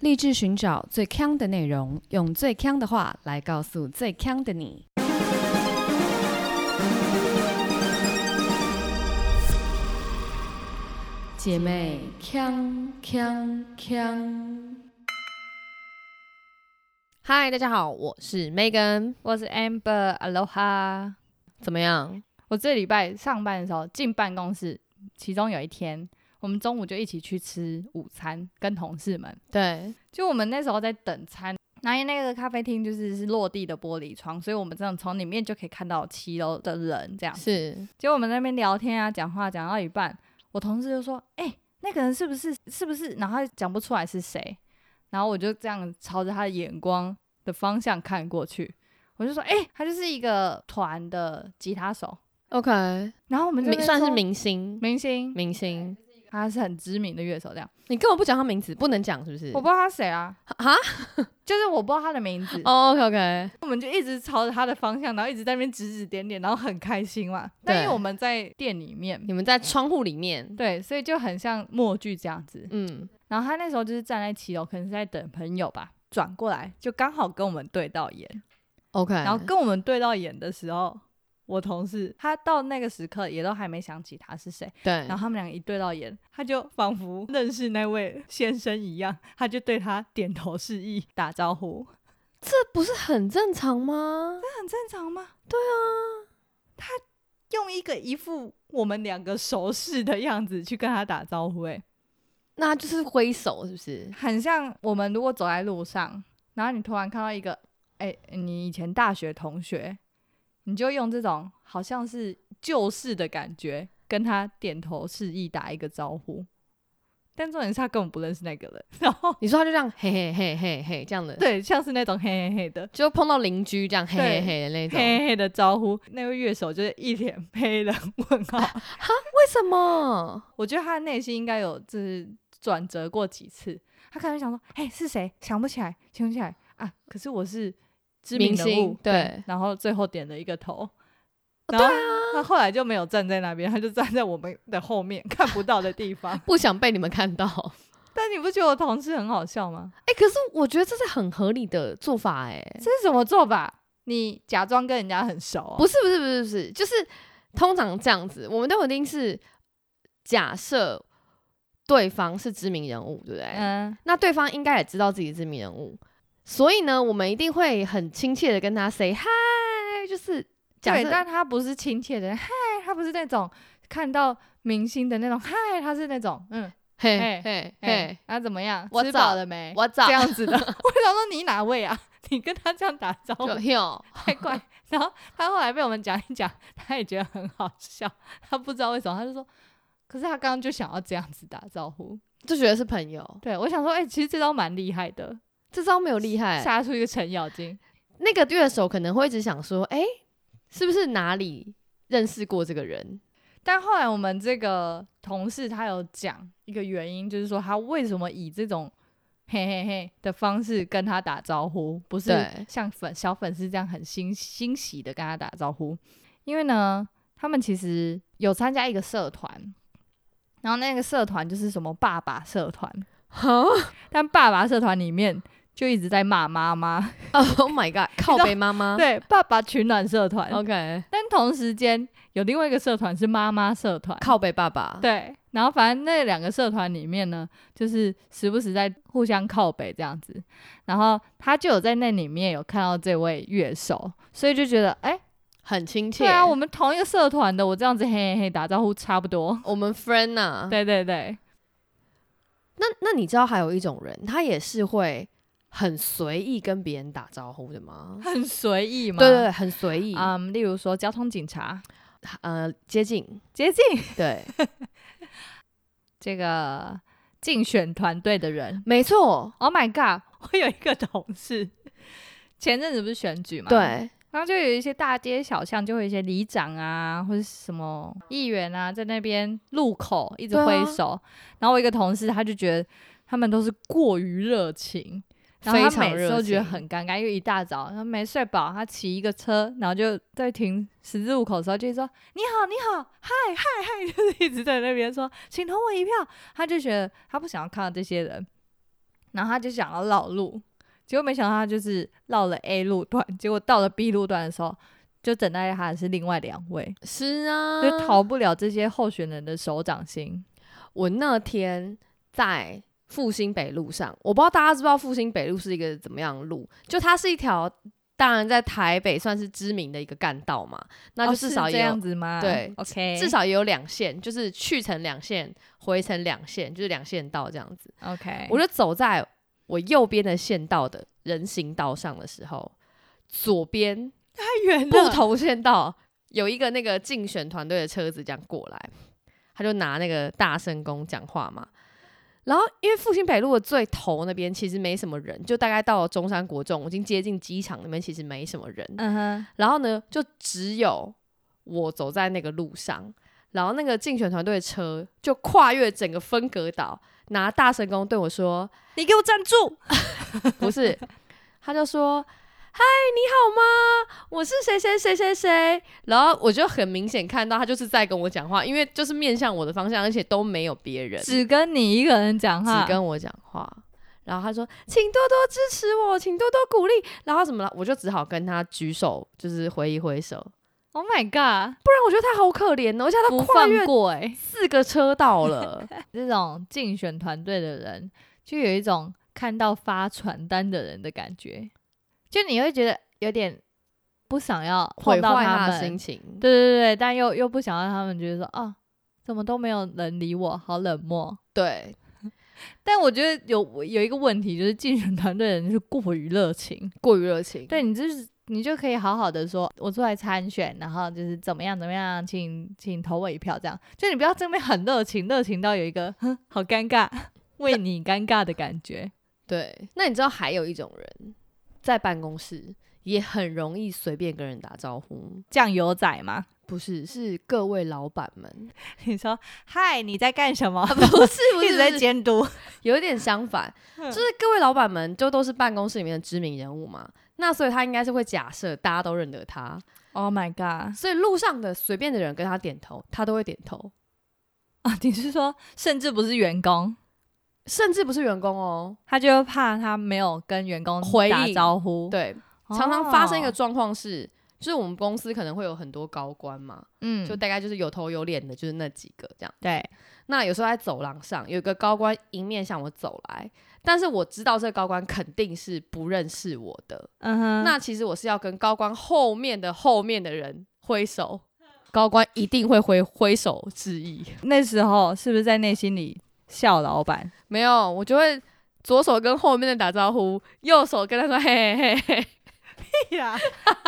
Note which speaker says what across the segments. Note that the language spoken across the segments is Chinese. Speaker 1: 立志寻找最强的内容，用最强的话来告诉最强的你。姐妹，强强强！
Speaker 2: 嗨，大家好，我是 Megan。
Speaker 3: 我是 Amber Aloha。
Speaker 2: 怎么样？
Speaker 3: 我这礼拜上班的时候进办公室，其中有一天，我们中午就一起去吃午餐，跟同事们。
Speaker 2: 对，
Speaker 3: 就我们那时候在等餐，然后因为那个咖啡厅就是是落地的玻璃窗，所以我们真的从里面就可以看到七楼的人这样。
Speaker 2: 是
Speaker 3: 结果我们在那边聊天啊，讲话讲到一半，我同事就说：“哎、那个人是不是是不是？”然后他讲不出来是谁，然后我就这样朝着他的眼光的方向看过去，我就说：“哎、他就是一个团的吉他手。
Speaker 2: OK，”
Speaker 3: 然后我们就
Speaker 2: 明
Speaker 3: 在
Speaker 2: 算是
Speaker 3: 说
Speaker 2: 明星，
Speaker 3: 明星，
Speaker 2: 明星。
Speaker 3: 他是很知名的乐手，这样
Speaker 2: 你根本不讲他名字，不能讲是不是？
Speaker 3: 我不知道他谁啊，
Speaker 2: 啊
Speaker 3: 就是我不知道他的名字。
Speaker 2: 哦，OK，OK、o k
Speaker 3: 我们就一直朝着他的方向，然后一直在那边指指点点，然后很开心嘛。但因为
Speaker 2: 对
Speaker 3: 我们在店里面
Speaker 2: OK，，你们在窗户里面，
Speaker 3: 对，所以就很像默剧这样子。
Speaker 2: 嗯，
Speaker 3: 然后他那时候就是站在七楼，可能是在等朋友吧，转过来就刚好跟我们对到眼。
Speaker 2: OK，
Speaker 3: 然后跟我们对到眼的时候，我同事他到那个时刻也都还没想起他是谁，
Speaker 2: 对
Speaker 3: 然后他们两个一对到眼，他就仿佛认识那位先生一样，他就对他点头示意打招呼，
Speaker 2: 这不是很正常吗？
Speaker 3: 这很正常吗？对啊，他用一个一副我们两个熟识的样子去跟他打招呼、欸，
Speaker 2: 那就是挥手，是不是？
Speaker 3: 很像我们如果走在路上，然后你突然看到一个，哎、你以前大学同学，你就用这种好像是旧事的感觉跟他点头示意打一个招呼，但重点是他根本不认识那个人，然后
Speaker 2: 你说他就这样，嘿嘿嘿嘿嘿，这样的，
Speaker 3: 哦对，像是那种嘿嘿嘿的。
Speaker 2: 就碰到邻居这样，嘿嘿
Speaker 3: 对
Speaker 2: 嘿的那种。
Speaker 3: 嘿嘿的招呼，那位乐手就是一脸黑人问号。
Speaker 2: 为什么？
Speaker 3: 我觉得他内心应该有就是转折过几次，他可能想说：“哎、是谁？想不起来，想不起来啊！”可是我是知名
Speaker 2: 明
Speaker 3: 人物
Speaker 2: 星，，对，
Speaker 3: 然后最后点了一个头，然后他后来就没有站在那边，他就站在我们的后面看不到的地方。
Speaker 2: 不想被你们看到。
Speaker 3: 但你不觉得我同事很好笑吗？
Speaker 2: 哎、可是我觉得这是很合理的做法、哎
Speaker 3: 这，是怎么做法？你假装跟人家很熟、哦，
Speaker 2: 不是不是不是不是，就是通常这样子，我们都一定是假设对方是知名人物，对不对？
Speaker 3: 嗯，
Speaker 2: 那对方应该也知道自己是知名人物，所以呢，我们一定会很亲切的跟他 say hi，就是假
Speaker 3: 对，
Speaker 2: 设
Speaker 3: 但他不是亲切的，嗨，他不是那种看到明星的那种，嗨，他是那种，嗯，
Speaker 2: 嘿
Speaker 3: 嘿
Speaker 2: 嘿嘿
Speaker 3: 哎，，那、怎么样？
Speaker 2: 我
Speaker 3: 吃
Speaker 2: 找
Speaker 3: 饱了没？
Speaker 2: 我早
Speaker 3: 这样子的， 我想说你哪位啊？ 你跟他这样打招呼
Speaker 2: 就，有
Speaker 3: 太怪。 然后他后来被我们讲一讲， 他也觉得很好笑， 他不知道为什么，他就说，可是他刚刚就想要这样子打招呼。
Speaker 2: 就觉得是朋友，
Speaker 3: 对我想说，哎、其实这招蛮厉害的，
Speaker 2: 这招没有厉害，
Speaker 3: 杀出一个程咬金。
Speaker 2: 那个乐手可能会一直想说，哎、是不是哪里认识过这个人？
Speaker 3: 但后来我们这个同事他有讲一个原因，就是说他为什么以这种嘿嘿嘿的方式跟他打招呼，不是
Speaker 2: 对
Speaker 3: 像粉小粉丝这样很欣欣喜的跟他打招呼，因为呢，他们其实有参加一个社团，然后那个社团就是什么爸爸社团，
Speaker 2: 哈
Speaker 3: 但爸爸社团里面就一直在骂妈妈，
Speaker 2: ，Oh my god，靠背妈 妈，
Speaker 3: 对爸爸取暖社团，
Speaker 2: ，OK，
Speaker 3: 但同时间有另外一个社团是妈妈社团，
Speaker 2: 靠背爸爸，
Speaker 3: 对，然后反正那两个社团里面呢，就是时不时在互相靠北这样子。然后他就有在那里面有看到这位乐手，所以就觉得，哎、
Speaker 2: 很亲切。
Speaker 3: 对啊，我们同一个社团的，我这样子嘿嘿嘿打招呼差不多。
Speaker 2: 我们 friend 呐、
Speaker 3: 对对对，
Speaker 2: 那那你知道还有一种人，他也是会很随意跟别人打招呼的吗？
Speaker 3: 很随意嘛。
Speaker 2: 对对，对，很随意，
Speaker 3: 嗯，例如说交通警察
Speaker 2: 呃，接近，
Speaker 3: 接近
Speaker 2: 对，
Speaker 3: 这个竞选团队的人
Speaker 2: 没 错，
Speaker 3: ，Oh my god！我有一个同事，前阵子不是选举嘛，
Speaker 2: 对，
Speaker 3: 然后就有一些大街小巷，就会有一些里长啊，或者什么议员啊，在那边路口一直
Speaker 2: 对啊
Speaker 3: 挥手。然后我一个同事他就觉得他们都是过于热情，然后
Speaker 2: 非
Speaker 3: 他
Speaker 2: 常
Speaker 3: 每次
Speaker 2: 热
Speaker 3: 都觉得
Speaker 2: 情，
Speaker 3: 很尴尬，因为一大早他没睡饱，他骑一个车，然后就在停十字路口的时候就一直说“你好，你好，嗨嗨嗨”， 就是一直在那边说“请投我一票”。他就觉得他不想要看到这些人，然后他就想要绕路，结果没想到他就是绕了 A 路段，结果到了 B 路段的时候，就等待他的是另外两位，
Speaker 2: 是啊，
Speaker 3: 就逃不了这些候选人的手掌心。
Speaker 2: 我那天在复兴北路上，我不知道大家知不知道复兴北路是一个怎么样的路，就它是一条当然在台北算是知名的一个干道嘛，那
Speaker 3: 哦
Speaker 2: 就至少
Speaker 3: 是
Speaker 2: 也
Speaker 3: 这
Speaker 2: 有、
Speaker 3: 样子吗？
Speaker 2: 对
Speaker 3: ，OK，
Speaker 2: 至少也有两线，就是去程两线，回程两线，就是两线道这样子。
Speaker 3: OK。
Speaker 2: 我就走在我右边的线道的人行道上的时候，左边
Speaker 3: 太远
Speaker 2: 不同县道有一个那个竞选团队的车子这样过来，他就拿那个大声公讲话嘛。然后因为复兴北路的最头那边其实没什么人，就大概到中山国中，已经接近机场那边，其实没什么人。
Speaker 3: 嗯哼，
Speaker 2: 然后呢，就只有我走在那个路上，然后那个竞选团队的车就跨越整个分隔岛，拿大声公对我说
Speaker 3: 你给我站住！：“
Speaker 2: 不是。”他就说：“嗨，你好吗？我是谁谁谁谁谁。”然后我就很明显看到他就是在跟我讲话，因为就是面向我的方向，而且都没有别人，
Speaker 3: 只跟你一个人讲话，
Speaker 2: 只跟我讲话。然后他说：“请多多支持我，请多多鼓励。”然后怎么了？我就只好跟他举手，就是挥一挥手。
Speaker 3: Oh my god！
Speaker 2: 不然我觉得他好可怜哦，而且他
Speaker 3: 不
Speaker 2: 跨
Speaker 3: 放
Speaker 2: 越
Speaker 3: 过哎、
Speaker 2: 四个车道了。
Speaker 3: 这种竞选团队的人，就有一种看到发传单的人的感觉，就你会觉得有点不想要
Speaker 2: 毁
Speaker 3: 碰到
Speaker 2: 坏他的
Speaker 3: 们，
Speaker 2: 心
Speaker 3: 对
Speaker 2: 情。
Speaker 3: 对对对，但又又不想让他们觉得说啊，怎么都没有人理我，好冷漠。
Speaker 2: 对
Speaker 3: 但我觉得有有一个问题，就是竞选团队的人就是过于热情，
Speaker 2: 过于热情，
Speaker 3: 对你就是你就可以好好的说，我出来参选，然后就是怎么样怎么样，请请投我一票，这样就你不要这边很热情，热情到有一个哼好尴尬，为你尴尬的感觉。
Speaker 2: 对。那你知道还有一种人，在办公室也很容易随便跟人打招呼，
Speaker 3: 酱油仔嘛，
Speaker 2: 不是？是各位老板们，
Speaker 3: 你说嗨，你在干 什 么？
Speaker 2: 不是不
Speaker 3: 一
Speaker 2: 是
Speaker 3: 直在
Speaker 2: 不是
Speaker 3: 监督，
Speaker 2: 有一点相 反，就是各位老板们就都是办公室里面的知名人物嘛。那所以他应该是会假设大家都认得他，
Speaker 3: Oh my god！
Speaker 2: 所以路上的随便的人跟他点头，他都会点头，
Speaker 3: 啊，你是说甚至不是员工，
Speaker 2: 甚至不是员工哦。
Speaker 3: 他就怕他没有跟员工
Speaker 2: 回
Speaker 3: 打
Speaker 2: 应
Speaker 3: 招呼，
Speaker 2: 对，
Speaker 3: 哦，
Speaker 2: 常常发生一个状况是，就是我们公司可能会有很多高官嘛，
Speaker 3: 嗯，
Speaker 2: 就大概就是有头有脸的，就是那几个这样。
Speaker 3: 对，
Speaker 2: 那有时候在走廊上有一个高官迎面向我走来，但是我知道这个高官肯定是不认识我的，
Speaker 3: 嗯哼，
Speaker 2: 那其实我是要跟高官后面的后面的人挥手。高官一定会挥挥手致意，
Speaker 3: 那时候是不是在内心里笑老板？
Speaker 2: 没有，我就会左手跟后面的打招呼，右手跟他说嘿嘿嘿嘿，
Speaker 3: 呀，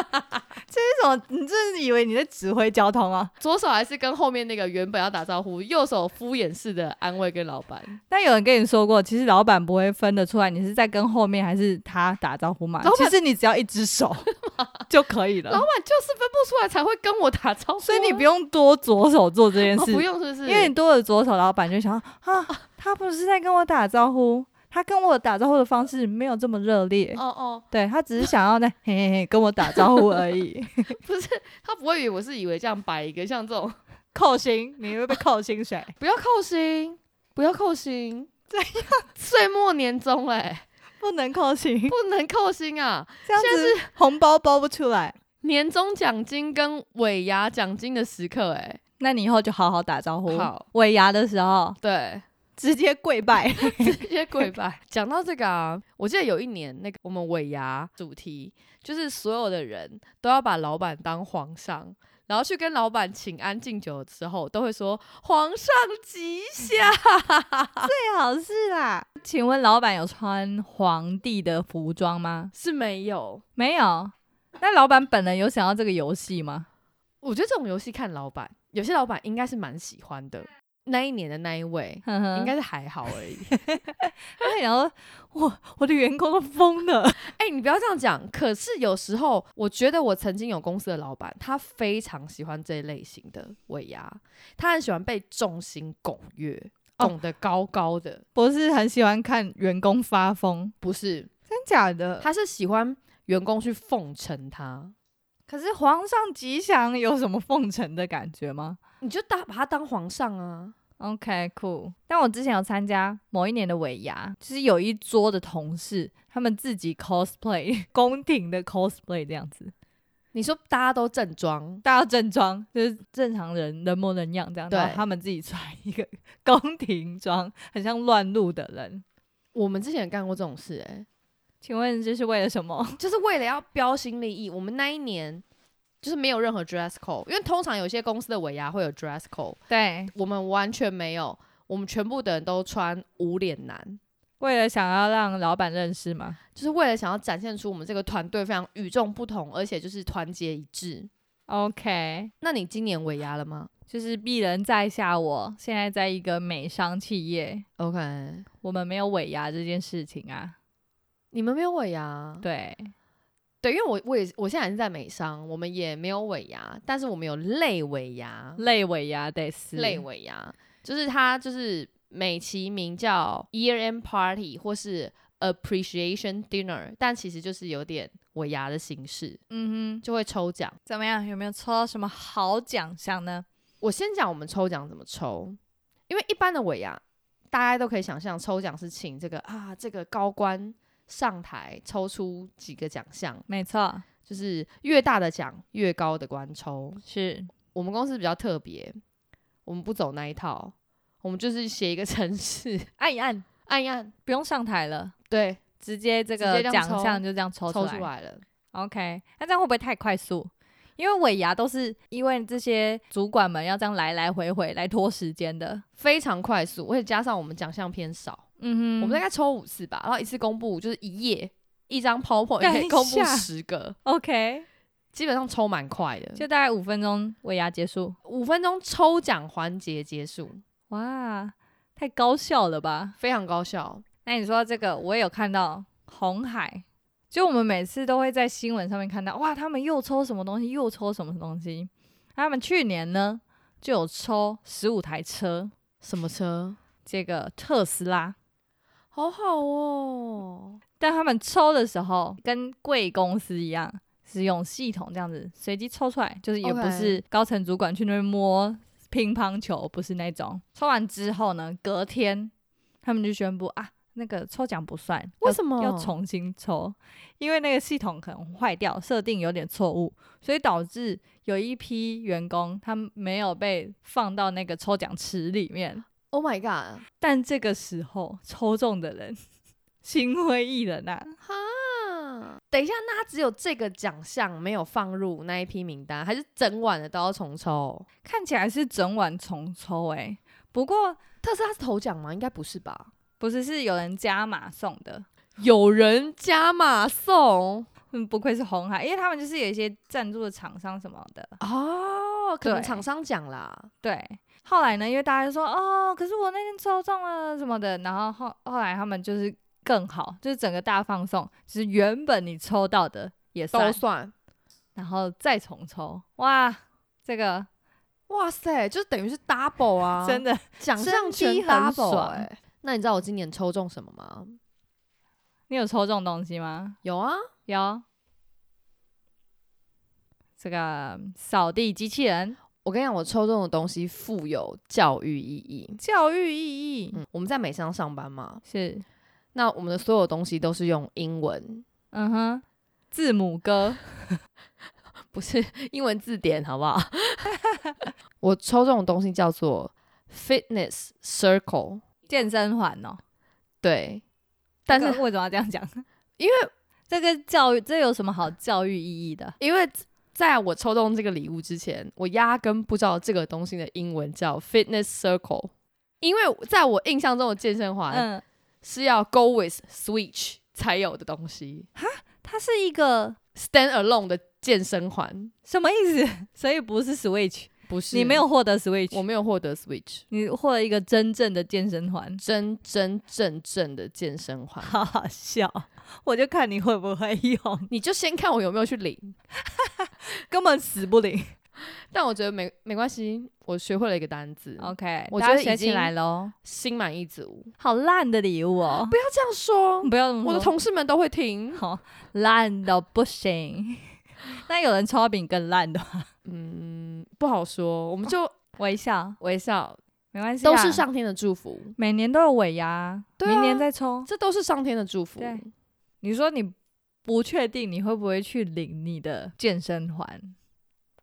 Speaker 3: 这是什么？你这是以为你在指挥交通啊？
Speaker 2: 左手还是跟后面那个原本要打招呼，右手敷衍式的安慰跟老板。
Speaker 3: 但有人跟你说过，其实老板不会分得出来你是在跟后面还是他打招呼嘛
Speaker 2: 老？板
Speaker 3: 其实你只要一 只手就可以
Speaker 2: 老
Speaker 3: 了，
Speaker 2: 板就是分不出来才会跟我打招呼啊、
Speaker 3: 所以你不用多左手做这件
Speaker 2: 哦
Speaker 3: 事，
Speaker 2: 不用是不是？
Speaker 3: 因为你多了左手，老板就 想啊，他不是在跟我打招呼，他跟我打招呼的方式没有这么热烈，
Speaker 2: 哦哦，
Speaker 3: 对他只是想要在 嘿嘿嘿跟我打招呼而 已。
Speaker 2: 不是，他不会以为我是以为这样摆一个像这种，
Speaker 3: 扣薪，你会被扣薪水。
Speaker 2: 不要扣薪，不要扣薪，这样 岁末年终嘞、
Speaker 3: 不能扣薪，
Speaker 2: 不能扣薪啊！
Speaker 3: 这样子红包包不出来。
Speaker 2: 年终奖金跟尾牙奖金的时刻、欸，
Speaker 3: 那你以后就好好打招呼。
Speaker 2: 好，
Speaker 3: 尾牙的时候
Speaker 2: 对，
Speaker 3: 直接跪拜。
Speaker 2: 这些鬼吧。讲到这个啊，我记得有一年那个我们尾牙主题，就是所有的人都要把老板当皇上，然后去跟老板请安敬酒的时候，都会说皇上吉祥。
Speaker 3: 最好是啦。请问老板有穿皇帝的服装吗？
Speaker 2: 是没有，
Speaker 3: 没有。那老板本人有想要这个游戏吗？
Speaker 2: 我觉得这种游戏看老板，有些老板应该是蛮喜欢的。那一年的那一位。
Speaker 3: 呵呵
Speaker 2: 应该是还好而已。
Speaker 3: 他想说，我我的员工都疯了。
Speaker 2: 哎、你不要这样讲。可是有时候，我觉得我曾经有公司的老板，他非常喜欢这一类型的尾牙，他很喜欢被众星拱月，
Speaker 3: 哦
Speaker 2: 拱得高高的。
Speaker 3: 不是很喜欢看员工发疯，
Speaker 2: 不是，
Speaker 3: 真假的？
Speaker 2: 他是喜欢员工去奉承他，
Speaker 3: 可是皇上吉祥有什么奉承的感觉吗？
Speaker 2: 你就当把他当皇上啊。
Speaker 3: OK，酷。但我之前有参加某一年的尾牙，就是有一桌的同事，他们自己 cosplay 宫廷的 cosplay 这样子，
Speaker 2: 你说大家都正装，
Speaker 3: 大家正装就是正常人人模人样这样，
Speaker 2: 对
Speaker 3: 然后他们自己穿一个 宫廷装，很像乱入的人。
Speaker 2: 我们之前也干过这种事、欸，
Speaker 3: 请问这是为了什么？
Speaker 2: 就是为了要标新立异，我们那一年就是没有任何 dress code，因为通常有些公司的尾牙会有 dress code，
Speaker 3: 对，
Speaker 2: 我们完全没有，我们全部的人都穿无脸男，
Speaker 3: 为了想要让老板认识吗？
Speaker 2: 就是为了想要展现出我们这个团队非常与众不同，而且就是团结一致。
Speaker 3: OK，
Speaker 2: 那你今年尾牙了吗
Speaker 3: 就是鄙人在下我，现在在一个美商企业，
Speaker 2: ？OK，
Speaker 3: 我们没有尾牙这件事情啊。
Speaker 2: 你们没有尾牙？
Speaker 3: 对，
Speaker 2: 对，因为我我也我现在还是在美商，我们也没有尾牙，但是我们有类尾牙，
Speaker 3: 类尾牙得是
Speaker 2: 类尾牙，就是它就是美其名叫 Year End Party 或是 Appreciation Dinner，但其实就是有点尾牙的形式，
Speaker 3: 嗯哼，
Speaker 2: 就会抽奖。
Speaker 3: 怎么样？有没有抽到什么好奖项呢？
Speaker 2: 我先讲我们抽奖怎么抽，因为一般的尾牙，大家都可以想象抽奖是请这个啊这个高官上台抽出几个奖项，
Speaker 3: 没错，
Speaker 2: 就是越大的奖越高的官抽。
Speaker 3: 是
Speaker 2: 我们公司比较特别，我们不走那一套，我们就是写一个 程式
Speaker 3: 按一按，
Speaker 2: 按一按，
Speaker 3: 不用上台了，
Speaker 2: 对，
Speaker 3: 直接这
Speaker 2: 直
Speaker 3: 个
Speaker 2: 接这样
Speaker 3: 奖
Speaker 2: 抽
Speaker 3: 项就这样抽
Speaker 2: 抽
Speaker 3: 来。
Speaker 2: 出来了。
Speaker 3: OK，那这样会不会太快速？因为尾牙都是因为这些主管们要这样来来回回来拖时间的。
Speaker 2: 非常快速，而且加上我们奖项偏少，
Speaker 3: 嗯
Speaker 2: 我们大概抽五次吧，然后一次公布就是一页一张 PowerPoint 可
Speaker 3: 等
Speaker 2: 以
Speaker 3: 一
Speaker 2: 公布
Speaker 3: 下
Speaker 2: 十个，
Speaker 3: OK，
Speaker 2: 基本上抽蛮快的，就
Speaker 3: 就大概五分钟尾牙结束。
Speaker 2: 五分钟抽奖环节结束，
Speaker 3: 哇，太高效了吧？
Speaker 2: 非常高效。
Speaker 3: 那你说这个，我也有看到红海，就我们每次都会在新闻上面看到，哇，他们又抽什么东西，又抽什么东西。他们去年呢就有抽十五台车，
Speaker 2: 什么车？
Speaker 3: 这个特斯拉，
Speaker 2: 好好哦，
Speaker 3: 但他们抽的时候跟贵公司一样，是用系统这样子随机抽出来，就是也
Speaker 2: OK
Speaker 3: 不是高层主管去那边摸乒乓球，不是那种。抽完之后呢，隔天他们就宣布啊，那个抽奖不算，
Speaker 2: 为什么
Speaker 3: 要重新抽，因为那个系统可能坏掉，设定有点错误，所以导致有一批员工他们没有被放到那个抽奖池里面。
Speaker 2: ？Oh my god！
Speaker 3: 但这个时候抽中的人心灰意冷啊！
Speaker 2: 哈，啊等一下，那他只有这个奖项没有放入那一批名单，还是整晚的都要重抽？
Speaker 3: 看起来是整晚重抽诶、不过
Speaker 2: 特斯拉是头奖吗？应该不是吧？
Speaker 3: 不是是有人加码送的，
Speaker 2: 有人加码送，
Speaker 3: 嗯，不愧是红海，因为他们就是有一些赞助的厂商什么的，
Speaker 2: 哦，可能
Speaker 3: 对
Speaker 2: 厂商讲啦，
Speaker 3: 对，后来呢，因为大家就说哦，可是我那天抽中了什么的，然后后后来他们就是更好，就是整个大放送，就是原本你抽到的也
Speaker 2: 都
Speaker 3: 算，
Speaker 2: 算。
Speaker 3: 然后再重抽，哇，这个、
Speaker 2: 哇塞，就等于是 double 啊，
Speaker 3: 真的
Speaker 2: 奖项全
Speaker 3: 真的很
Speaker 2: double
Speaker 3: 爽
Speaker 2: 哎、那你知道我今年抽中什么吗？
Speaker 3: 你有抽中东西吗？
Speaker 2: 有啊，
Speaker 3: 有，这个扫地机器人，
Speaker 2: 我跟你讲，我抽中的东西富有教育意义。
Speaker 3: 教育意义、
Speaker 2: 嗯，我们在美商上班嘛，
Speaker 3: 是，
Speaker 2: 那我们的所有东西都是用英文，
Speaker 3: 嗯哼，字母哥，
Speaker 2: 不是英文字典，好不 好？我抽中的东西叫做 fitness circle，
Speaker 3: 健身环哦，
Speaker 2: 对，但
Speaker 3: 这
Speaker 2: 是
Speaker 3: 个为什么要这样讲？
Speaker 2: 因为
Speaker 3: 这个教育，这有什么好教育意义的？
Speaker 2: 因为在我抽中这个礼物之前，我压根不知道这个东西的英文叫 fitness circle，因为在我印象中的健身环、
Speaker 3: 嗯，
Speaker 2: 是要 go with switch 才有的东西
Speaker 3: 它是一个
Speaker 2: ，stand alone 的健身环
Speaker 3: 什么意思？ 所以不是 Switch，
Speaker 2: 不是
Speaker 3: 你没有，获得 Switch，
Speaker 2: 我没有获得 switch，
Speaker 3: 你获得一个真正的健身环，
Speaker 2: 真真正正的健身环。
Speaker 3: 好好笑。 我就看你会不会用，
Speaker 2: 你就先看我有没有去领，
Speaker 3: 根本死不灵。
Speaker 2: 但我觉得没没关系，我学会了一个单字
Speaker 3: OK，
Speaker 2: 我
Speaker 3: 大家
Speaker 2: 觉得已
Speaker 3: 学起
Speaker 2: 经
Speaker 3: 来喽。
Speaker 2: 心满意足。
Speaker 3: 好烂的礼物哦！
Speaker 2: 不要这样说，
Speaker 3: 不要这么
Speaker 2: 我的
Speaker 3: 说嗯
Speaker 2: 同事们都会听。
Speaker 3: 好烂到不行。 那有人抽到比你更烂的吗，
Speaker 2: 嗯，不好说，我们就
Speaker 3: 微笑。
Speaker 2: 微笑。
Speaker 3: 没关系啊啦，
Speaker 2: 都是上天的祝福，
Speaker 3: 每年都有尾牙，
Speaker 2: 对啊
Speaker 3: 明年再抽。
Speaker 2: 这都是上天的祝福。
Speaker 3: 对你说你不确定你会不会去领你的健身环？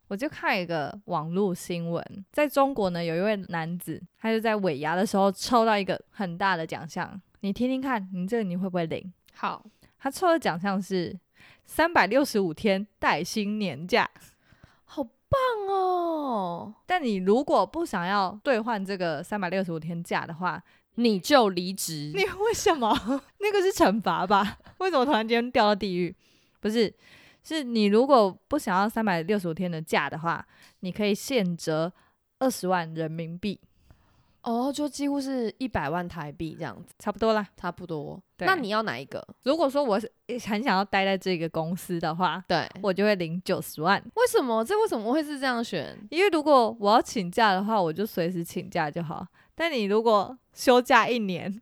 Speaker 3: 我就看一个网络新闻，在中国呢，有一位男子，他就在尾牙的时候抽到一个很大的奖项，你听听看，你这个你会不会领？
Speaker 2: 好，
Speaker 3: 他抽的奖项是三百六十五天带薪年假，
Speaker 2: 好棒哦！
Speaker 3: 但你如果不想要兑换这个三百六十五天假的话，
Speaker 2: 你就离职，
Speaker 3: 你为什么？ 那个是惩罚吧？ 为什么突然间掉到地狱？不是，是你如果不想要三百六十五天的假的话，你可以现折二十万人民币，
Speaker 2: 哦，就几乎是一百万台币这样子，
Speaker 3: 差不多啦。
Speaker 2: 差不多。
Speaker 3: 对
Speaker 2: 那你要哪一个？
Speaker 3: 如果说我是很想要待在这个公司的话，
Speaker 2: 对，
Speaker 3: 我就会领九十万。
Speaker 2: 为什么这为什么会是这样选？
Speaker 3: 因为如果我要请假的话，我就随时请假就好。但你如果休假一年，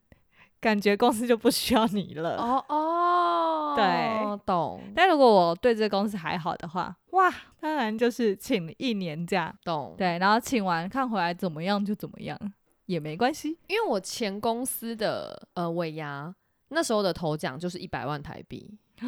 Speaker 3: 感觉公司就不需要你了。
Speaker 2: 哦哦，
Speaker 3: 对，
Speaker 2: 懂
Speaker 3: 但如果我对这个公司还好的话，哇，当然就是请一年假，
Speaker 2: 懂。
Speaker 3: 对，然后请完看回来怎么样就怎么样，也没关系。
Speaker 2: 因为我前公司的呃尾牙那时候的头奖就是一百万台币，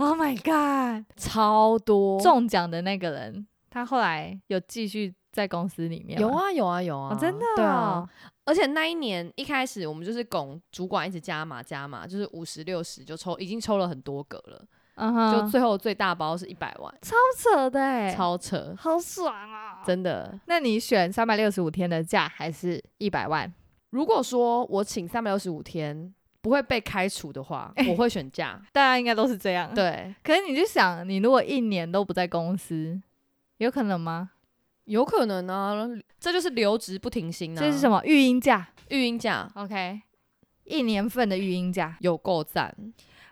Speaker 3: Oh my god！
Speaker 2: 超多。
Speaker 3: 中奖的那个人，他后来有继续在公司里面
Speaker 2: 有
Speaker 3: 吗，
Speaker 2: 啊有啊有啊、
Speaker 3: 哦真的
Speaker 2: 对啊
Speaker 3: 哦，
Speaker 2: 而且那一年一开始我们就是拱主管一直加码加码，就是五十六十就抽，已经抽了很多个了，
Speaker 3: 嗯哼，
Speaker 2: 就最后最大包是一百万，
Speaker 3: 超扯的哎
Speaker 2: 超扯，
Speaker 3: 好爽啊！
Speaker 2: 真的。
Speaker 3: 那你选三百六十五天的假还是一百万？
Speaker 2: 如果说我请三百六十五天不会被开除的话，
Speaker 3: 哎
Speaker 2: 我会选假。
Speaker 3: 大家应该都是这 样。，
Speaker 2: 对，
Speaker 3: 可是你就想，你如果一年都不在公司，有可能吗？
Speaker 2: 有可能啊，这就是留职不停薪啊。
Speaker 3: 这是什
Speaker 2: 么？
Speaker 3: 么育婴假？
Speaker 2: 育婴假
Speaker 3: OK，一年份的育婴假。
Speaker 2: 有够赞，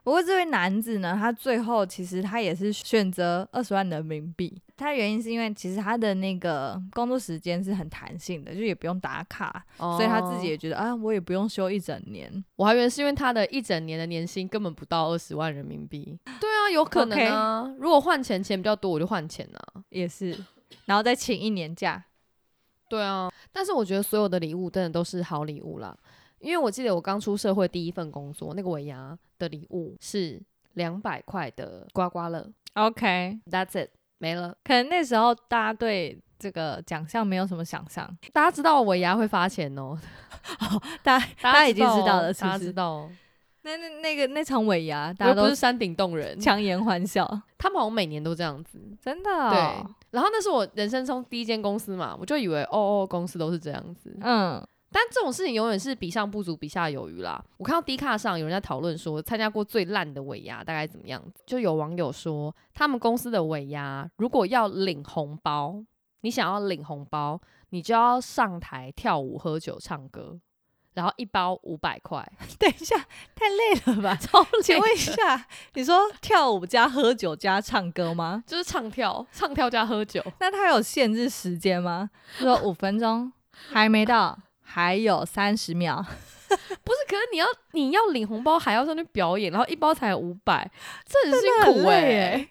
Speaker 3: 不过这位男子呢，他最后其实他也是选择二十万人民币。他原因是因为其实他的那个工作时间是很弹性的，就也不用打卡，
Speaker 2: 所
Speaker 3: 所以他自己也觉得啊，我也不用休一整年。
Speaker 2: 哦我还以为是因为他的一整年的年薪根本不到二十万人民币。对啊，有可能啊。如果换钱钱比较多，我就换钱啊。
Speaker 3: 也是，然后再请一年假。
Speaker 2: 对啊，但是我觉得所有的礼物真的都是好礼物啦。因为我记得我刚出社会第一份工作，那个尾牙的礼物是两百块的刮刮乐
Speaker 3: OK，
Speaker 2: ，That's it，没了。
Speaker 3: 可能那时候大家对这个奖项没有什么想象，
Speaker 2: 大家知道尾牙会发钱 哦，
Speaker 3: 大家大家已经知道了，
Speaker 2: 哦
Speaker 3: 是不
Speaker 2: 大家知
Speaker 3: 是？
Speaker 2: 道哦，
Speaker 3: 那那那个那场尾牙，
Speaker 2: 大
Speaker 3: 大
Speaker 2: 家
Speaker 3: 家
Speaker 2: 都
Speaker 3: 都
Speaker 2: 是山顶洞人，
Speaker 3: 强颜欢笑，
Speaker 2: 他们好像每年都这样子。
Speaker 3: 真的、哦
Speaker 2: 对，然后那是我人生中第一间公司嘛，我就以为哦哦，公司都是这样子。
Speaker 3: 嗯，
Speaker 2: 但这种事情永远是比上不足，比下有余啦。我看到 D 卡上有人在讨论说，参加过最烂的尾牙大概怎么样？就有网友说，他们公司的尾牙如果要领红包，你想要领红包，你就要上台跳舞、喝酒、唱歌，然后一包五百块，
Speaker 3: 等一下，太累 了吧？
Speaker 2: 超
Speaker 3: 请
Speaker 2: 累
Speaker 3: 问一
Speaker 2: 的
Speaker 3: 下，你说跳舞加喝酒加唱歌吗？
Speaker 2: 就是唱跳、唱跳加喝酒。
Speaker 3: 那它有限制时间吗？就说五分 钟还没到，还有三十秒，
Speaker 2: 不是，可是你要你要领红包，还要上去表演，然后一包才五百，这很辛
Speaker 3: 很
Speaker 2: 苦
Speaker 3: 累
Speaker 2: 哎、
Speaker 3: 欸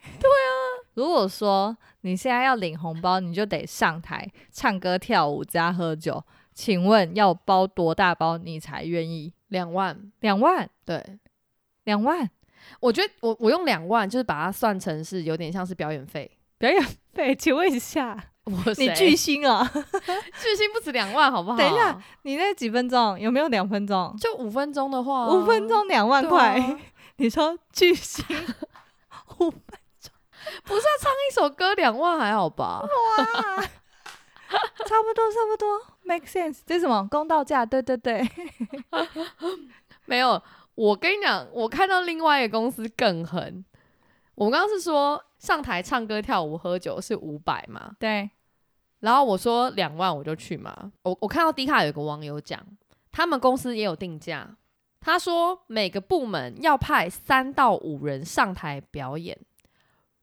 Speaker 3: 如果说你现在要领红包，你就得上台唱歌、跳舞加喝酒。请问要包多大包你才愿意？
Speaker 2: 两万，
Speaker 3: 两万，
Speaker 2: 对，
Speaker 3: 两万
Speaker 2: 我觉得我我用两万，就是把它算成是有点像是表演费。
Speaker 3: 表演费？请问一下，
Speaker 2: 我
Speaker 3: 你
Speaker 2: 谁
Speaker 3: 巨星啊？
Speaker 2: 巨星不止两万，好不好？
Speaker 3: 等一下，你那几分钟有没有两分钟？
Speaker 2: 就五分钟的话，
Speaker 3: 五分钟两万
Speaker 2: 对啊
Speaker 3: 块，你说巨星 五
Speaker 2: 不是啊唱一首歌两万还好吧？
Speaker 3: 哇，差不多差不多，make sense。这是什么公道价？对对对，
Speaker 2: 没有，我跟你讲，我看到另外一个公司更狠。我刚刚是说上台唱歌、跳舞、喝酒是五百嘛？
Speaker 3: 对，
Speaker 2: 然后我说两万我就去嘛。我我看到 D 卡有个网友讲，他们公司也有定价，他说每个部门要派三到五人上台表演，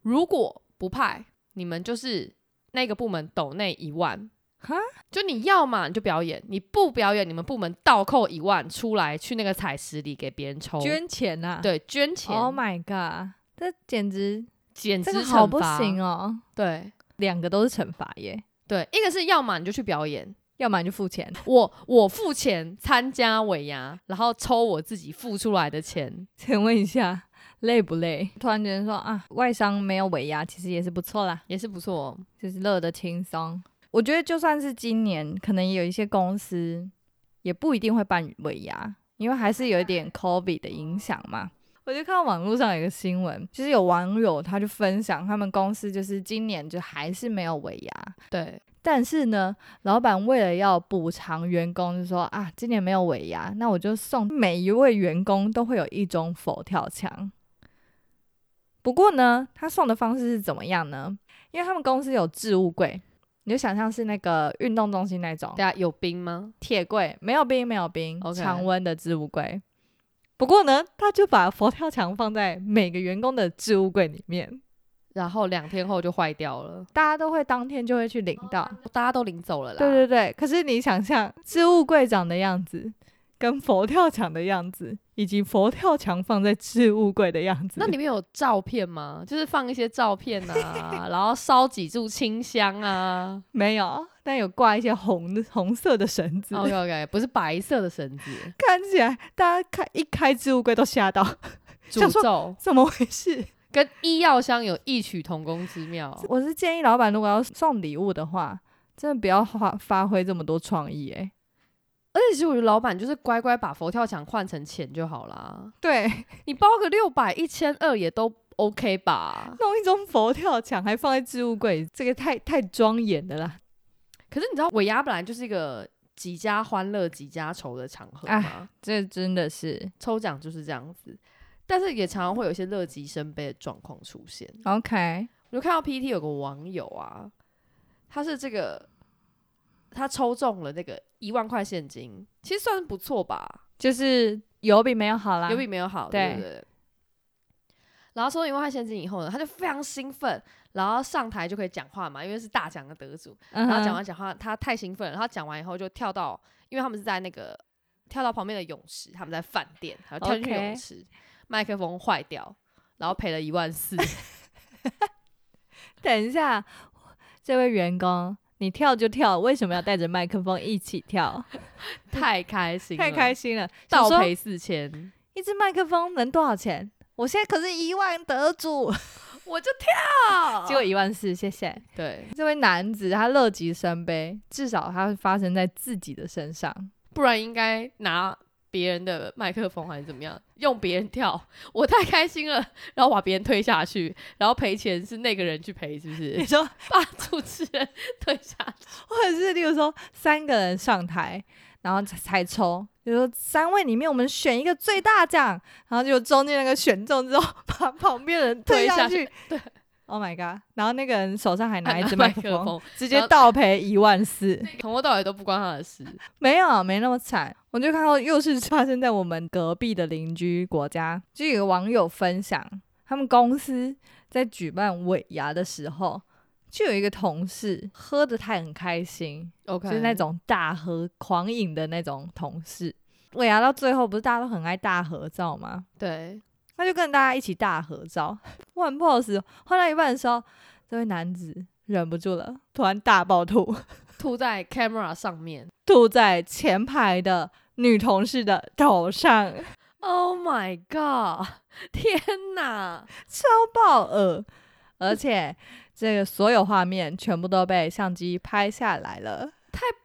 Speaker 2: 如果不派，你们就是那个部门抖内一万。
Speaker 3: 哈，
Speaker 2: 就你要嘛你就表演，你不表演，你们部门倒扣一万出来去那个彩石里给别人抽，
Speaker 3: 捐钱啊呐、
Speaker 2: 对捐钱，
Speaker 3: ，Oh my god，这简直
Speaker 2: 简直
Speaker 3: 这个好
Speaker 2: 惩
Speaker 3: 不
Speaker 2: 罚
Speaker 3: 行哦，
Speaker 2: 对
Speaker 3: 两个都是惩罚耶。
Speaker 2: 对，一个是要嘛你就去表演，
Speaker 3: 要么你就付钱，
Speaker 2: 我我付钱参加尾牙，然后抽我自己付出来的钱，
Speaker 3: 请问一下累不累？突然觉得说啊，外商没有尾牙，其实也是不错啦，
Speaker 2: 也是不错哦。
Speaker 3: 就是乐得轻松。我觉得就算是今年，可能也有一些公司也不一定会办尾牙，因为还是有一点 COVID 的影响嘛。我就看到网络上有一个新闻，就是有网友他就分享他们公司就是今年就还是没有尾牙，
Speaker 2: 对，
Speaker 3: 但是呢，老板为了要补偿员工，就说啊，今年没有尾牙，那我就送每一位员工都会有一种佛跳墙。不过呢，他送的方式是怎么样呢？因为他们公司有置物柜，你就想象是那个运动中心那种
Speaker 2: 大家啊有冰吗？
Speaker 3: 铁柜，没有冰，没有冰
Speaker 2: OK
Speaker 3: 常温的置物柜。不过呢，他就把佛跳墙放在每个员工的置物柜里面，
Speaker 2: 然后两天后就坏掉了，
Speaker 3: 大家都会当天就会去领到。
Speaker 2: 大家都领走了啦。
Speaker 3: 对对对，可是你想象置物柜长的样子，跟佛跳墙的样子，以及佛跳墙放在置物柜的样子，
Speaker 2: 那里面有照片吗？就是放一些照片 啊，然后烧几炷清香啊。
Speaker 3: 没有？但有挂一些红的红色的绳子，
Speaker 2: OK OK，不是白色的绳 子，
Speaker 3: 看起来大家看一开置物柜都吓到，想
Speaker 2: 诅
Speaker 3: 说
Speaker 2: 咒
Speaker 3: 怎么回事？
Speaker 2: 跟医药箱有异曲同工之妙。
Speaker 3: 我是建议老板如果要送礼物的话，真的不要发发挥这么多创意、欸，
Speaker 2: 而且其实我觉得老板就是乖乖把佛跳墙换成钱就好啦，
Speaker 3: 对，
Speaker 2: 你包个六百、一千二也都 OK 吧。
Speaker 3: 弄一种佛跳墙还放在置物柜，这个太太庄严的啦。
Speaker 2: 可是你知道尾牙本来就是一个几家欢乐几家愁的场合嘛，
Speaker 3: 这真的是
Speaker 2: 抽奖就是这样子，但是也常常会有一些乐极生悲的状况出现。
Speaker 3: OK，
Speaker 2: 我就看到 PT 有个网友啊，他是这个他抽中了那个一万块现金，其实算是不错吧，
Speaker 3: 就是有比没有好啦。
Speaker 2: 有比没有好，对
Speaker 3: 啊对
Speaker 2: 不对？然后抽中一万块现金以后呢，他就非常兴奋，然后上台就可以讲话嘛，因为是大奖的得主。
Speaker 3: 然
Speaker 2: 然后讲完讲话，他太兴奋了，然后讲完以后就跳到，因为他们是在那个跳到旁边的泳池，他们在饭店，然后跳进去
Speaker 3: OK
Speaker 2: 泳池，麦克风坏掉，然后赔了一万 四，
Speaker 3: 等一下，这位员工，你跳就跳，为什么要带着麦克风一起跳？
Speaker 2: 太开心了，
Speaker 3: 太开心了，
Speaker 2: 倒
Speaker 3: 想说
Speaker 2: 赔四千。
Speaker 3: 一支麦克风能多少钱？我现在可是一万得主，
Speaker 2: 我就跳
Speaker 3: 结果一万四，谢谢。
Speaker 2: 对，
Speaker 3: 这位男子他乐极生悲，至少他发生在自己的身上。
Speaker 2: 不然应该拿别人的麦克风还是怎么样，用别人跳。我太开心了，然后把别人推下去，然后赔钱是那个人去赔，是不
Speaker 3: 你
Speaker 2: 是？
Speaker 3: 说，
Speaker 2: 把主持人推下去，
Speaker 3: 或者是例如说三个人上台，然后才才抽，比如说三位里面我们选一个最大奖，然后就中间那个选中之后， 把旁边的人推下去。
Speaker 2: 对
Speaker 3: ，Oh my god！然后那个人手上还拿
Speaker 2: 拿
Speaker 3: 一支
Speaker 2: 麦
Speaker 3: 麦克
Speaker 2: 克
Speaker 3: 风，
Speaker 2: 风，
Speaker 3: 直
Speaker 2: 然
Speaker 3: 接
Speaker 2: 后
Speaker 3: 倒赔一万四。
Speaker 2: 从头到尾都不关他的事。
Speaker 3: 没有，没那么惨。我就看到又是 发生在我们隔壁的邻居国家，就有个网友分享，他们公司在举办尾牙的时候，就有一个同事喝得太很开心，
Speaker 2: OK，
Speaker 3: 就是那种大喝狂饮的那种同事。尾牙到最后不是大家都很爱大合照吗？
Speaker 2: 对，
Speaker 3: 他就跟大家一起大合照，我很 pose。换哦到一半的时候，这位男子忍不住了，突然大爆吐，
Speaker 2: 吐在 camera 上面。
Speaker 3: 吐在前排的女同事的头上，
Speaker 2: Oh my god！天哪！
Speaker 3: 爆恶。而且这个所有画面全部都被相机拍下来了。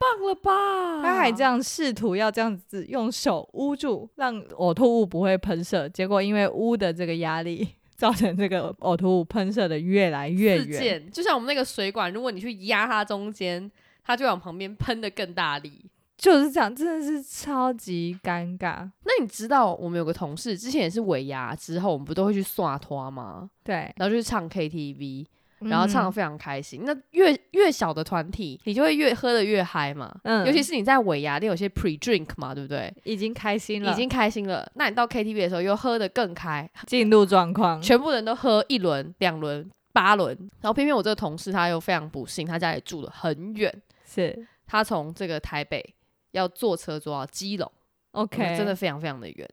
Speaker 2: 棒了吧？
Speaker 3: 他还这样试图要这样子用手捂住，让呕吐物不会喷射，结果因为捂的这个压力，造成这个呕吐物喷射的越来越
Speaker 2: 自
Speaker 3: 远。
Speaker 2: 溅，就像我们那个水管，如果你去压它中间，它就往旁边喷的更大力。
Speaker 3: 就是这样，真的是超级尴尬。
Speaker 2: 那你知道我们有个同事之前也是尾牙之后，我们不都会去刷拖吗？
Speaker 3: 对，
Speaker 2: 然后就去唱 KTV，然后唱的
Speaker 3: 嗯
Speaker 2: 非常开心。那越越小的团体，你就会越喝的越嗨嘛。
Speaker 3: 嗯
Speaker 2: 尤其是你在尾牙，你有些 pre drink 嘛，对不对？
Speaker 3: 已经开心了，
Speaker 2: 已经开心了，那你到 KTV 的时候又喝的更开，
Speaker 3: 进入状况。
Speaker 2: 全部人都喝一轮、两轮、八轮。然后偏偏我这个同事他又非常不幸，他家里住的很远，
Speaker 3: 是
Speaker 2: 他从这个台北要坐车坐到基隆
Speaker 3: OK，
Speaker 2: 真的非常非常的远。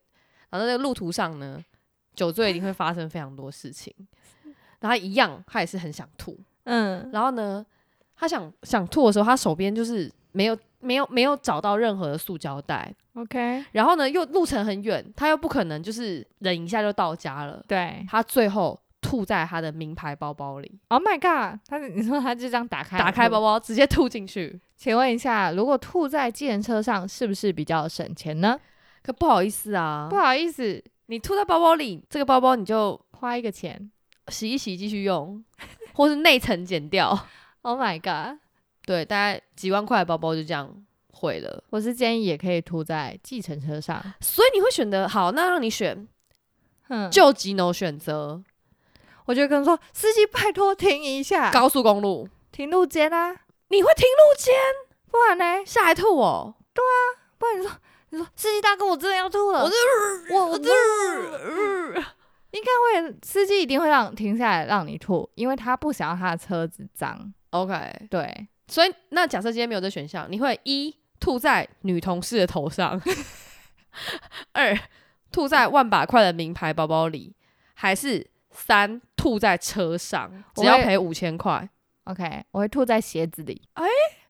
Speaker 2: 然后在这个路途上呢，酒醉一定会发生非常多事情。然后他一样，他也是很想吐。
Speaker 3: 嗯
Speaker 2: 然后呢，他想想吐的时候，他手边就是没有没有没有找到任何的塑胶袋，
Speaker 3: OK，
Speaker 2: 然后呢又路程很远，他又不可能就是忍一下就到家了，
Speaker 3: 对
Speaker 2: 他最后吐在他的名牌包包里，
Speaker 3: ，Oh my god，他你说他就这样打开
Speaker 2: 打开
Speaker 3: 吧。
Speaker 2: 包包直接吐进去。
Speaker 3: 请问一下，如果吐在计程车上，是不是比较省钱呢？
Speaker 2: 可不好意思啊
Speaker 3: 不，好意思，
Speaker 2: 你吐在包包里，这个包包你就
Speaker 3: 花一个钱。
Speaker 2: 洗一洗继续用， 或是内层剪掉。
Speaker 3: Oh my god，
Speaker 2: 对，大概几万块的包包就这样毁了。
Speaker 3: 我是建议也可以吐在计程车上。
Speaker 2: 所以你会选择好，那让你选
Speaker 3: 哼，
Speaker 2: 救急 no 选择
Speaker 3: 我就跟他说，司机拜托停一下，
Speaker 2: 高速公路，
Speaker 3: 停路肩啊，
Speaker 2: 你会停路肩
Speaker 3: 不然呢？
Speaker 2: 下来吐哦。
Speaker 3: 不然你说，你说司机大哥，我真的要吐了，
Speaker 2: 我
Speaker 3: 我我
Speaker 2: 嗯
Speaker 3: 应该会，司机一定会让停下来让你吐，因为他不想要他的车子脏。
Speaker 2: OK，
Speaker 3: 对，
Speaker 2: 所以那假设今天没有这选项，你会一吐在女同事的头上， 二吐在万把块的名牌包包里，还是三吐在车上，
Speaker 3: 我
Speaker 2: 只要
Speaker 3: 会
Speaker 2: 赔五千块？
Speaker 3: OK，我会吐在鞋子里。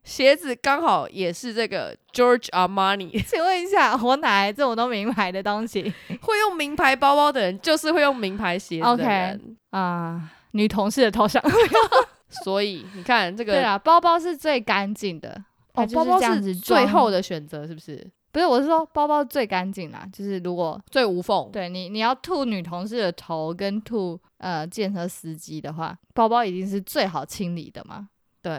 Speaker 2: 鞋子刚好也是这个 George Armani，
Speaker 3: 请问一下，我哪来这么多名牌的东西
Speaker 2: 会用名牌包包的人就是会用名牌鞋子的
Speaker 3: OK
Speaker 2: 人
Speaker 3: 啊、女同事的头上。
Speaker 2: 所以你看这
Speaker 3: 对
Speaker 2: 个
Speaker 3: 啦，包包是最干净的。它
Speaker 2: 哦，
Speaker 3: 就是
Speaker 2: 包包
Speaker 3: 这样
Speaker 2: 啊是
Speaker 3: 子
Speaker 2: 最
Speaker 3: 装
Speaker 2: 后的选择，是不是
Speaker 3: 不是，我是说包包最干净啦。就是如果
Speaker 2: 最无缝？
Speaker 3: 对你你要吐女同事的头跟吐呃建车司机的话，包包一定是最好清理的嘛。
Speaker 2: 对，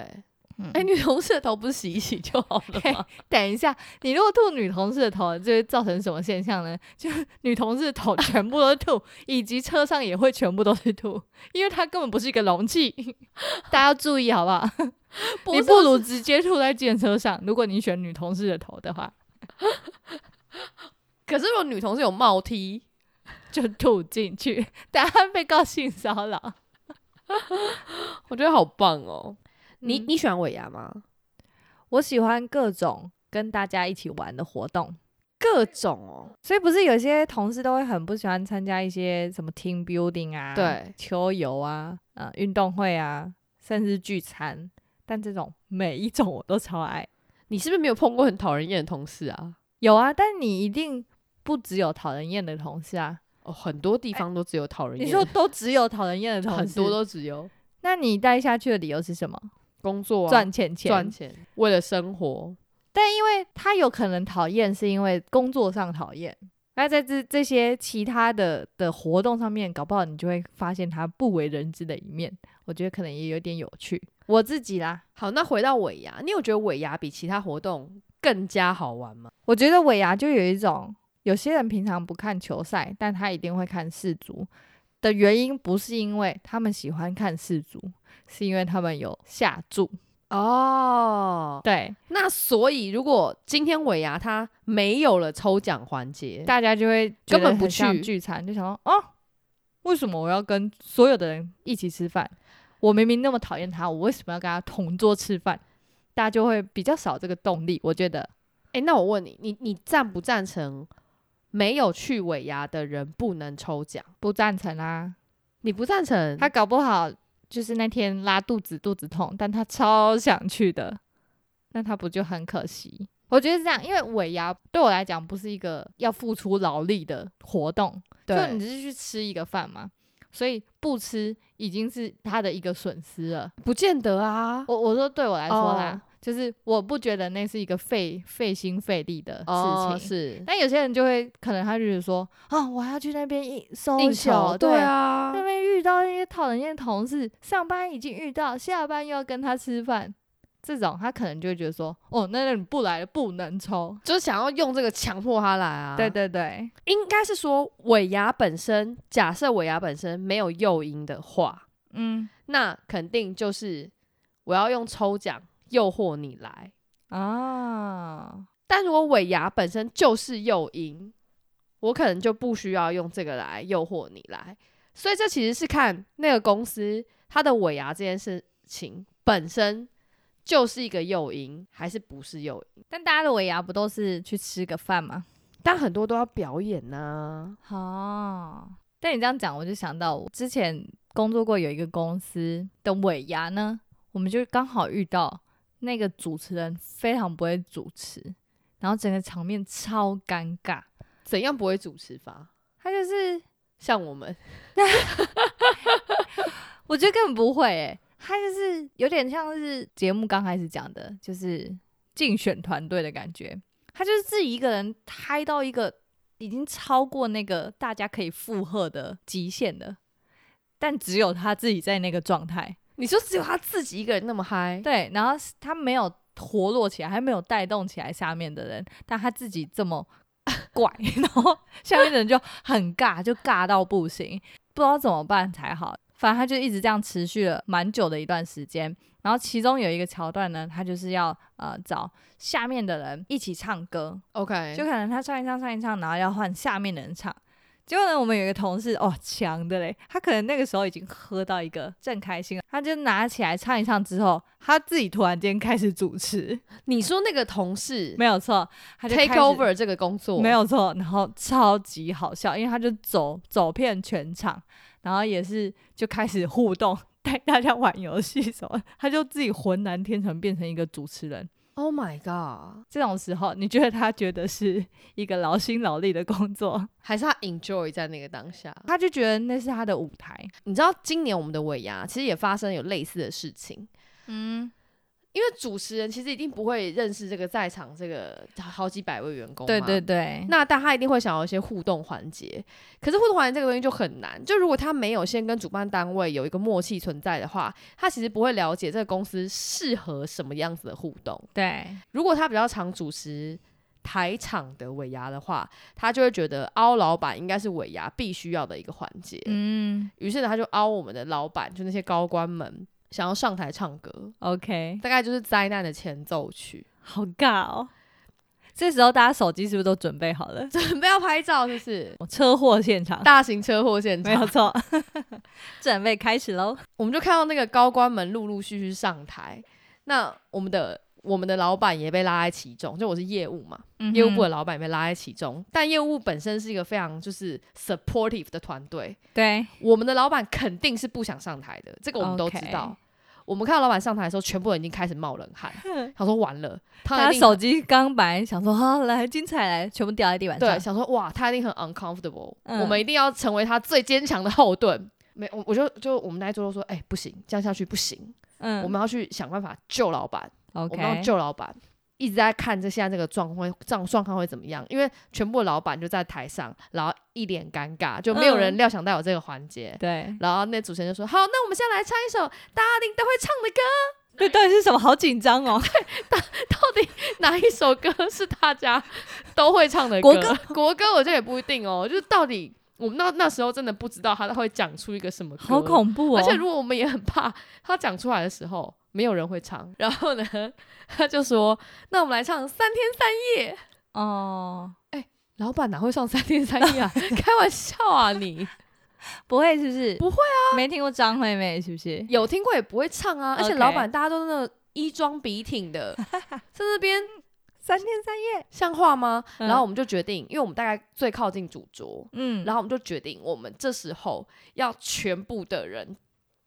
Speaker 3: 嗯，
Speaker 2: 哎、女同事的头不是洗一洗就好了 吗？
Speaker 3: 等一下，你如果吐女同事的头，就会造成什么现象呢？ 就是女同事的头全部都是吐，以及车上也会全部都是吐，因为它根本不是一个容器， 大家要注意好不好？你
Speaker 2: 不
Speaker 3: 不如直接吐在建车上，如果你选女同事的头的话，
Speaker 2: 可是如果女同事有帽 T，
Speaker 3: 就吐进去， 大家被告性骚扰。
Speaker 2: 我觉得好棒哦。你、
Speaker 3: 嗯
Speaker 2: 你喜欢尾牙吗？
Speaker 3: 我喜欢各种跟大家一起玩的活动。
Speaker 2: 各种哦，
Speaker 3: 所以不是有些同事都会很不喜欢参加一些什么 team building 啊，
Speaker 2: 对
Speaker 3: 秋游啊，呃，运动会啊，甚至聚餐。但这种每一种我都超爱。
Speaker 2: 你是不是没有碰过很讨人厌的同事啊？
Speaker 3: 有啊，但你一定不只有讨人厌的同事啊。
Speaker 2: 哦，很多地方都只有讨人厌，
Speaker 3: 你说都只有讨人厌的同事，
Speaker 2: 很多。都只有
Speaker 3: 那你待下去的理由是什么？
Speaker 2: 工作啊，
Speaker 3: 赚钱钱。
Speaker 2: 赚钱，为了生活，
Speaker 3: 但因为他有可能讨厌，是因为工作上讨厌。那在这这些其他的的活动上面，搞不好你就会发现他不为人知的一面。我觉得可能也有点有趣。我自己啦，
Speaker 2: 好，那回到尾牙，你有觉得尾牙比其他活动更加好玩吗？
Speaker 3: 我觉得尾牙就有一种，有些人平常不看球赛，但他一定会看世足的原因，不是因为他们喜欢看世足，是因为他们有下注。
Speaker 2: 哦，
Speaker 3: 对，
Speaker 2: 那所以如果今天尾牙它没有了抽奖环节，
Speaker 3: 大家就会
Speaker 2: 根本不
Speaker 3: 去
Speaker 2: 去
Speaker 3: 聚餐，就想说哦，为什么我要跟所有的人一起吃饭？我明明那么讨厌他，我为什么要跟他同桌吃饭？大家就会比较少这个动力，我觉得
Speaker 2: 诶，那我问你，你你赞不赞成没有去尾牙的人不能抽奖？
Speaker 3: 不赞成啊。
Speaker 2: 你不赞成？
Speaker 3: 他搞不好就是那天拉肚子，肚子痛，但他超想去的，那他不就很可惜？我觉得是这样，因为尾牙对我来讲不是一个要付出劳力的活动，就你
Speaker 2: 对，
Speaker 3: 只是去吃一个饭嘛，所以不吃已经是他的一个损失了。
Speaker 2: 不见得啊。
Speaker 3: 我我说对我来说
Speaker 2: 哦
Speaker 3: 啦就是我不觉得那是一个费费心费力的事情。
Speaker 2: 哦，是
Speaker 3: 但有些人就会可能他就是说啊，我还要去那边应收
Speaker 2: 应
Speaker 3: 小
Speaker 2: 酬，哦对，啊
Speaker 3: 那，边遇到那些讨人厌的同事，上班已经遇到，下班又要跟他吃饭，这种他可能就会觉得说，哦，那你不来了不能抽。
Speaker 2: 就是想要用这个强迫他来啊。
Speaker 3: 对，对对，
Speaker 2: 应该是说尾牙本身，假设尾牙本身没有诱因的话，
Speaker 3: 嗯
Speaker 2: 那肯定就是我要用抽奖诱惑你来。
Speaker 3: 啊，
Speaker 2: 但如果尾牙本身就是诱因，我可能就不需要用这个来诱惑你来。所以这其实是看那个公司它的尾牙这件事情本身就是一个诱因，还是不是诱因？
Speaker 3: 但大家的尾牙不都是去吃个饭吗？
Speaker 2: 但很多都要表演呐、
Speaker 3: 哦，但你这样讲，我就想到我之前工作过有一个公司的尾牙呢，我们就刚好遇到那个主持人非常不会主持，然后整个场面超尴尬。
Speaker 2: 怎样不会主持法？
Speaker 3: 他就是
Speaker 2: 像我们，
Speaker 3: 我觉得根本不会诶、他就是有点像是节目刚开始讲的，就是竞选团队的感觉。他就是自己一个人嗨到一个已经超过那个大家可以负荷的极限了，但只有他自己在那个状态。
Speaker 2: 你说只有他自己一个人那么嗨，
Speaker 3: 对，然后是他没有活络起来，还没有带动起来下面的人，但他自己这么 怪，然后下面的人就很尬，就尬到不行，不知道怎么办才好。反正他就一直这样持续了蛮久的一段时间。然后其中有一个桥段呢，他就是要呃找下面的人一起唱歌，
Speaker 2: ，OK，
Speaker 3: 就可能他唱一唱唱一唱，然后要换下面的人唱。结果呢，我们有一个同事哦，强的嘞，他可能那个时候已经喝到一个正开心了，他就拿起来唱一唱之后，他自己突然间开始主持，
Speaker 2: 你说那个同事
Speaker 3: 没有错，他就
Speaker 2: take
Speaker 3: 开始
Speaker 2: over 这个工作，
Speaker 3: 没有错，然后超级好笑，因为他就走走遍全场，然后也是就开始互动，带大家玩游戏什么，他就自己浑然天成变成一个主持人。
Speaker 2: ？Oh my god，
Speaker 3: 这种时候，你觉得他觉得是一个劳心劳力的工作，
Speaker 2: 还是他 enjoy 在那个当下？
Speaker 3: 他就觉得那是他的舞台。
Speaker 2: 你知道今年我们的尾牙其实也发生有类似的事情，
Speaker 3: 嗯，
Speaker 2: 因为主持人其实一定不会认识这个在场这个好几百位员工嘛，
Speaker 3: 对对对，
Speaker 2: 那但他一定会想要一些互动环节，可是互动环节这个东西就很难。就如果他没有先跟主办单位有一个默契存在的话，他其实不会了解这个公司适合什么样子的互动。
Speaker 3: 对
Speaker 2: 如果他比较常主持台场的尾牙的话，他就会觉得凹老板应该是尾牙必须要的一个环节。
Speaker 3: 嗯
Speaker 2: 于是呢，他就凹我们的老板，就那些高官们想要上台唱歌，
Speaker 3: ，OK，
Speaker 2: 大概就是灾难的前奏曲，
Speaker 3: 好尬哦。这时候大家手机是不是都准备好了？
Speaker 2: 准备要拍照，就是
Speaker 3: 车祸现场，
Speaker 2: 大型车祸现
Speaker 3: 没
Speaker 2: 场
Speaker 3: 有。错， 准备开始喽。
Speaker 2: 我们就看到那个高官们陆陆续续上台，那我们的我们的老板也被拉在其中，就我是业务嘛，
Speaker 3: 嗯
Speaker 2: 业务部的老板也被拉在其中，但业务部本身是一个非常就是 supportive 的团队，
Speaker 3: 对，
Speaker 2: 我们的老板肯定是不想上台的，这个我们都知
Speaker 3: OK
Speaker 2: 道。我们看到老板上台的时候，全部人已经开始冒冷汗，他说完了，他
Speaker 3: 他
Speaker 2: 一定
Speaker 3: 手机刚本来想说好来精彩来，全部掉在地板
Speaker 2: 对
Speaker 3: 上。
Speaker 2: 想说哇，他一定很 uncomfortable，、
Speaker 3: 嗯
Speaker 2: 我们一定要成为他最坚强的后盾。没，我我就就我们那一桌都说，哎、不行，这样下去不行，
Speaker 3: 嗯
Speaker 2: 我们要去想办法救老板。我
Speaker 3: OK，
Speaker 2: 们要救老板，一直在看这现在这个状况，状状况会怎么样？因为全部的老板就在台上，然后一脸尴尬，就没有人
Speaker 3: 嗯
Speaker 2: 料想到有这个环节。
Speaker 3: 对，
Speaker 2: 然后那主持人就说：“好，那我们先来唱一首大家一定都会唱的歌。
Speaker 3: 这到底是什么？好紧 张哦。
Speaker 2: 到底 哪一首歌是大家都会唱的歌？
Speaker 3: 国
Speaker 2: 歌，国歌，我觉得也不一定哦。就是到底我们那那时候真的不知道他会讲出一个什么歌，
Speaker 3: 好恐怖哦！
Speaker 2: 而且如果我们也很怕他讲出来的时候，没有人会唱。 然后呢，他就说：“那我们来唱《三天三夜》。
Speaker 3: 哦，”
Speaker 2: 老板哪会上三天 三夜啊？开玩笑啊你！
Speaker 3: 不会是不是？
Speaker 2: 不
Speaker 3: 会啊，没听过张惠妹是不是？
Speaker 2: 有听过也不会唱啊，而且
Speaker 3: OK
Speaker 2: 老板大家都那种衣装笔挺 的，在那边
Speaker 3: 三天三夜，
Speaker 2: 像话吗？
Speaker 3: 嗯
Speaker 2: 然后我们就决定，因为我们大概最靠近主桌，
Speaker 3: 嗯，
Speaker 2: 然后我们就决定，我们这时候要全部的人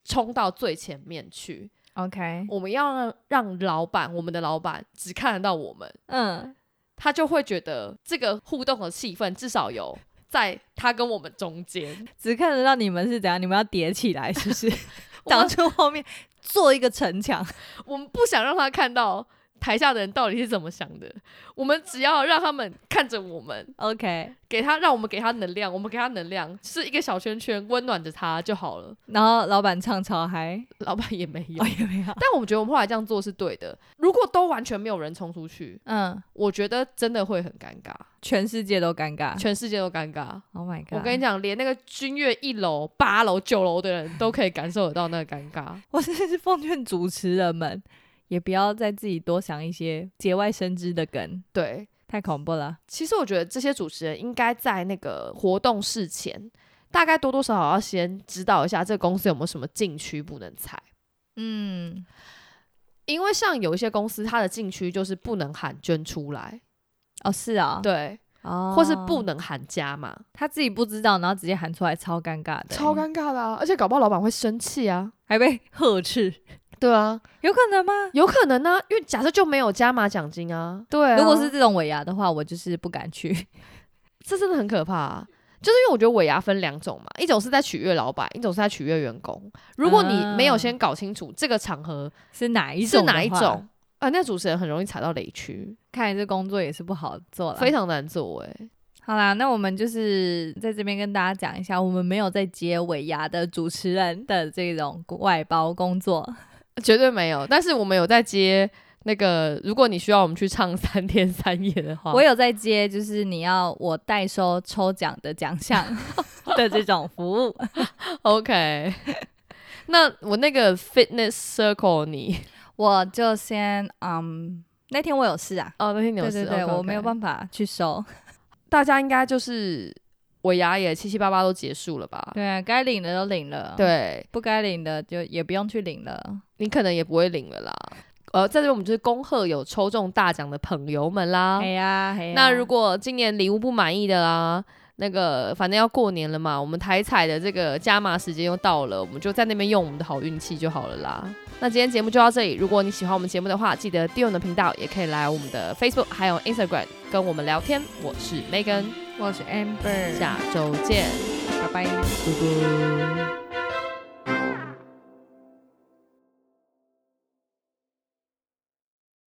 Speaker 2: 冲到最前面去，
Speaker 3: 后 OK，
Speaker 2: 我们要让让老板，我们的老板只看得到我们。
Speaker 3: 嗯，
Speaker 2: 他就会觉得这个互动的气氛至少有在他跟我们中间。
Speaker 3: 只看得到你们是怎样，你们要叠起来是不是？
Speaker 2: 我
Speaker 3: 挡
Speaker 2: 们
Speaker 3: 住后面做一个城墙，
Speaker 2: 我们不想让他看到台下的人到底是怎么想的，我们只要让他们看着我们，
Speaker 3: OK，
Speaker 2: 给他让我们给他能量，我们给他能量，是一个小圈圈温暖着他就好了。
Speaker 3: 然后老板唱超嗨，
Speaker 2: 老板也没有
Speaker 3: 哦，也没有，
Speaker 2: 但我们觉得我们后来这样做是对的。如果都完全没有人冲出去，
Speaker 3: 嗯，
Speaker 2: 我觉得真的会很尴尬，
Speaker 3: 全世界都尴尬
Speaker 2: 全世界都啊尴尬。
Speaker 3: ，Oh my god！
Speaker 2: 我跟你讲，连那个君悦一楼、八楼、九楼的人都可以感受得到那个尴尬。
Speaker 3: 我真是奉劝主持人们，也不要再自己多想一些节外生枝的梗，
Speaker 2: 对，
Speaker 3: 太恐怖了。
Speaker 2: 其实我觉得这些主持人应该在那个活动事前，大概多多少少要先指导一下这个公司有没有什么禁区不能踩，
Speaker 3: 嗯，
Speaker 2: 因为像有一些公司它的禁区就是不能喊捐出来，
Speaker 3: 哦，是啊、
Speaker 2: 对，
Speaker 3: 哦，
Speaker 2: 或是不，能喊加嘛，
Speaker 3: 他自己不知道，然后直接喊出来，超尴尬的、
Speaker 2: 超，尴尬的啊！而且搞不好老板会生气啊，
Speaker 3: 还被呵斥，
Speaker 2: 对啊，
Speaker 3: 有可能吗？
Speaker 2: 有可能啊，因为假设就没有加码奖金啊，
Speaker 1: 对啊、
Speaker 3: 如果是这种尾牙的话，我就是不敢去。
Speaker 2: 这真的很可怕、啊。就是因为我觉得尾牙分两种嘛，一种是在取悦老板，一种是在取悦员工。如果你没有先搞清楚这个场合
Speaker 3: 是哪一
Speaker 2: 是
Speaker 3: 种？
Speaker 2: 哪一种？，啊、那主持人很容易踩到雷区，
Speaker 3: 看来这工作也是不好做了。
Speaker 2: 非常难做哎、
Speaker 3: 好啦，那我们就是在这边跟大家讲一下，我们没有在接尾牙的主持人的这种外包工作。
Speaker 2: 绝对没有。但是我们有在接那个，如果你需要我们去唱 三天三夜的话，
Speaker 3: 我有在接，就是你要我代收抽奖的奖 项的这种服务。
Speaker 2: OK。那我那个 fitness circle 你
Speaker 3: 我就先嗯，那天我有事啊，
Speaker 2: 哦，那天你有
Speaker 3: 对对对我没有
Speaker 2: 法。
Speaker 3: 办法去收。
Speaker 2: 大家应该就是尾牙也七七八八都结束了吧？
Speaker 3: 对啊，该领的都领了，，
Speaker 2: 对
Speaker 3: 不该领的就也不用去领了。
Speaker 2: 你可能也不会领了啦。呃，在这边我们就是恭贺有抽中大奖的朋友们啦。
Speaker 3: 哎呀，哎呀
Speaker 2: 那如果今年礼物不满意的啦，那个反正要过年了嘛，我们台彩的这个加码时间又到了，我们就在那边用我们的好运气就好了啦。那今天节目就到这里，如果你喜欢我们节目的话，记得订阅我们的频道，也可以来我们的 Facebook 还有 Instagram 跟我们聊天。我是 Megan，
Speaker 3: 我是 Amber，
Speaker 2: 下周见，
Speaker 3: 拜拜。
Speaker 2: 拜拜。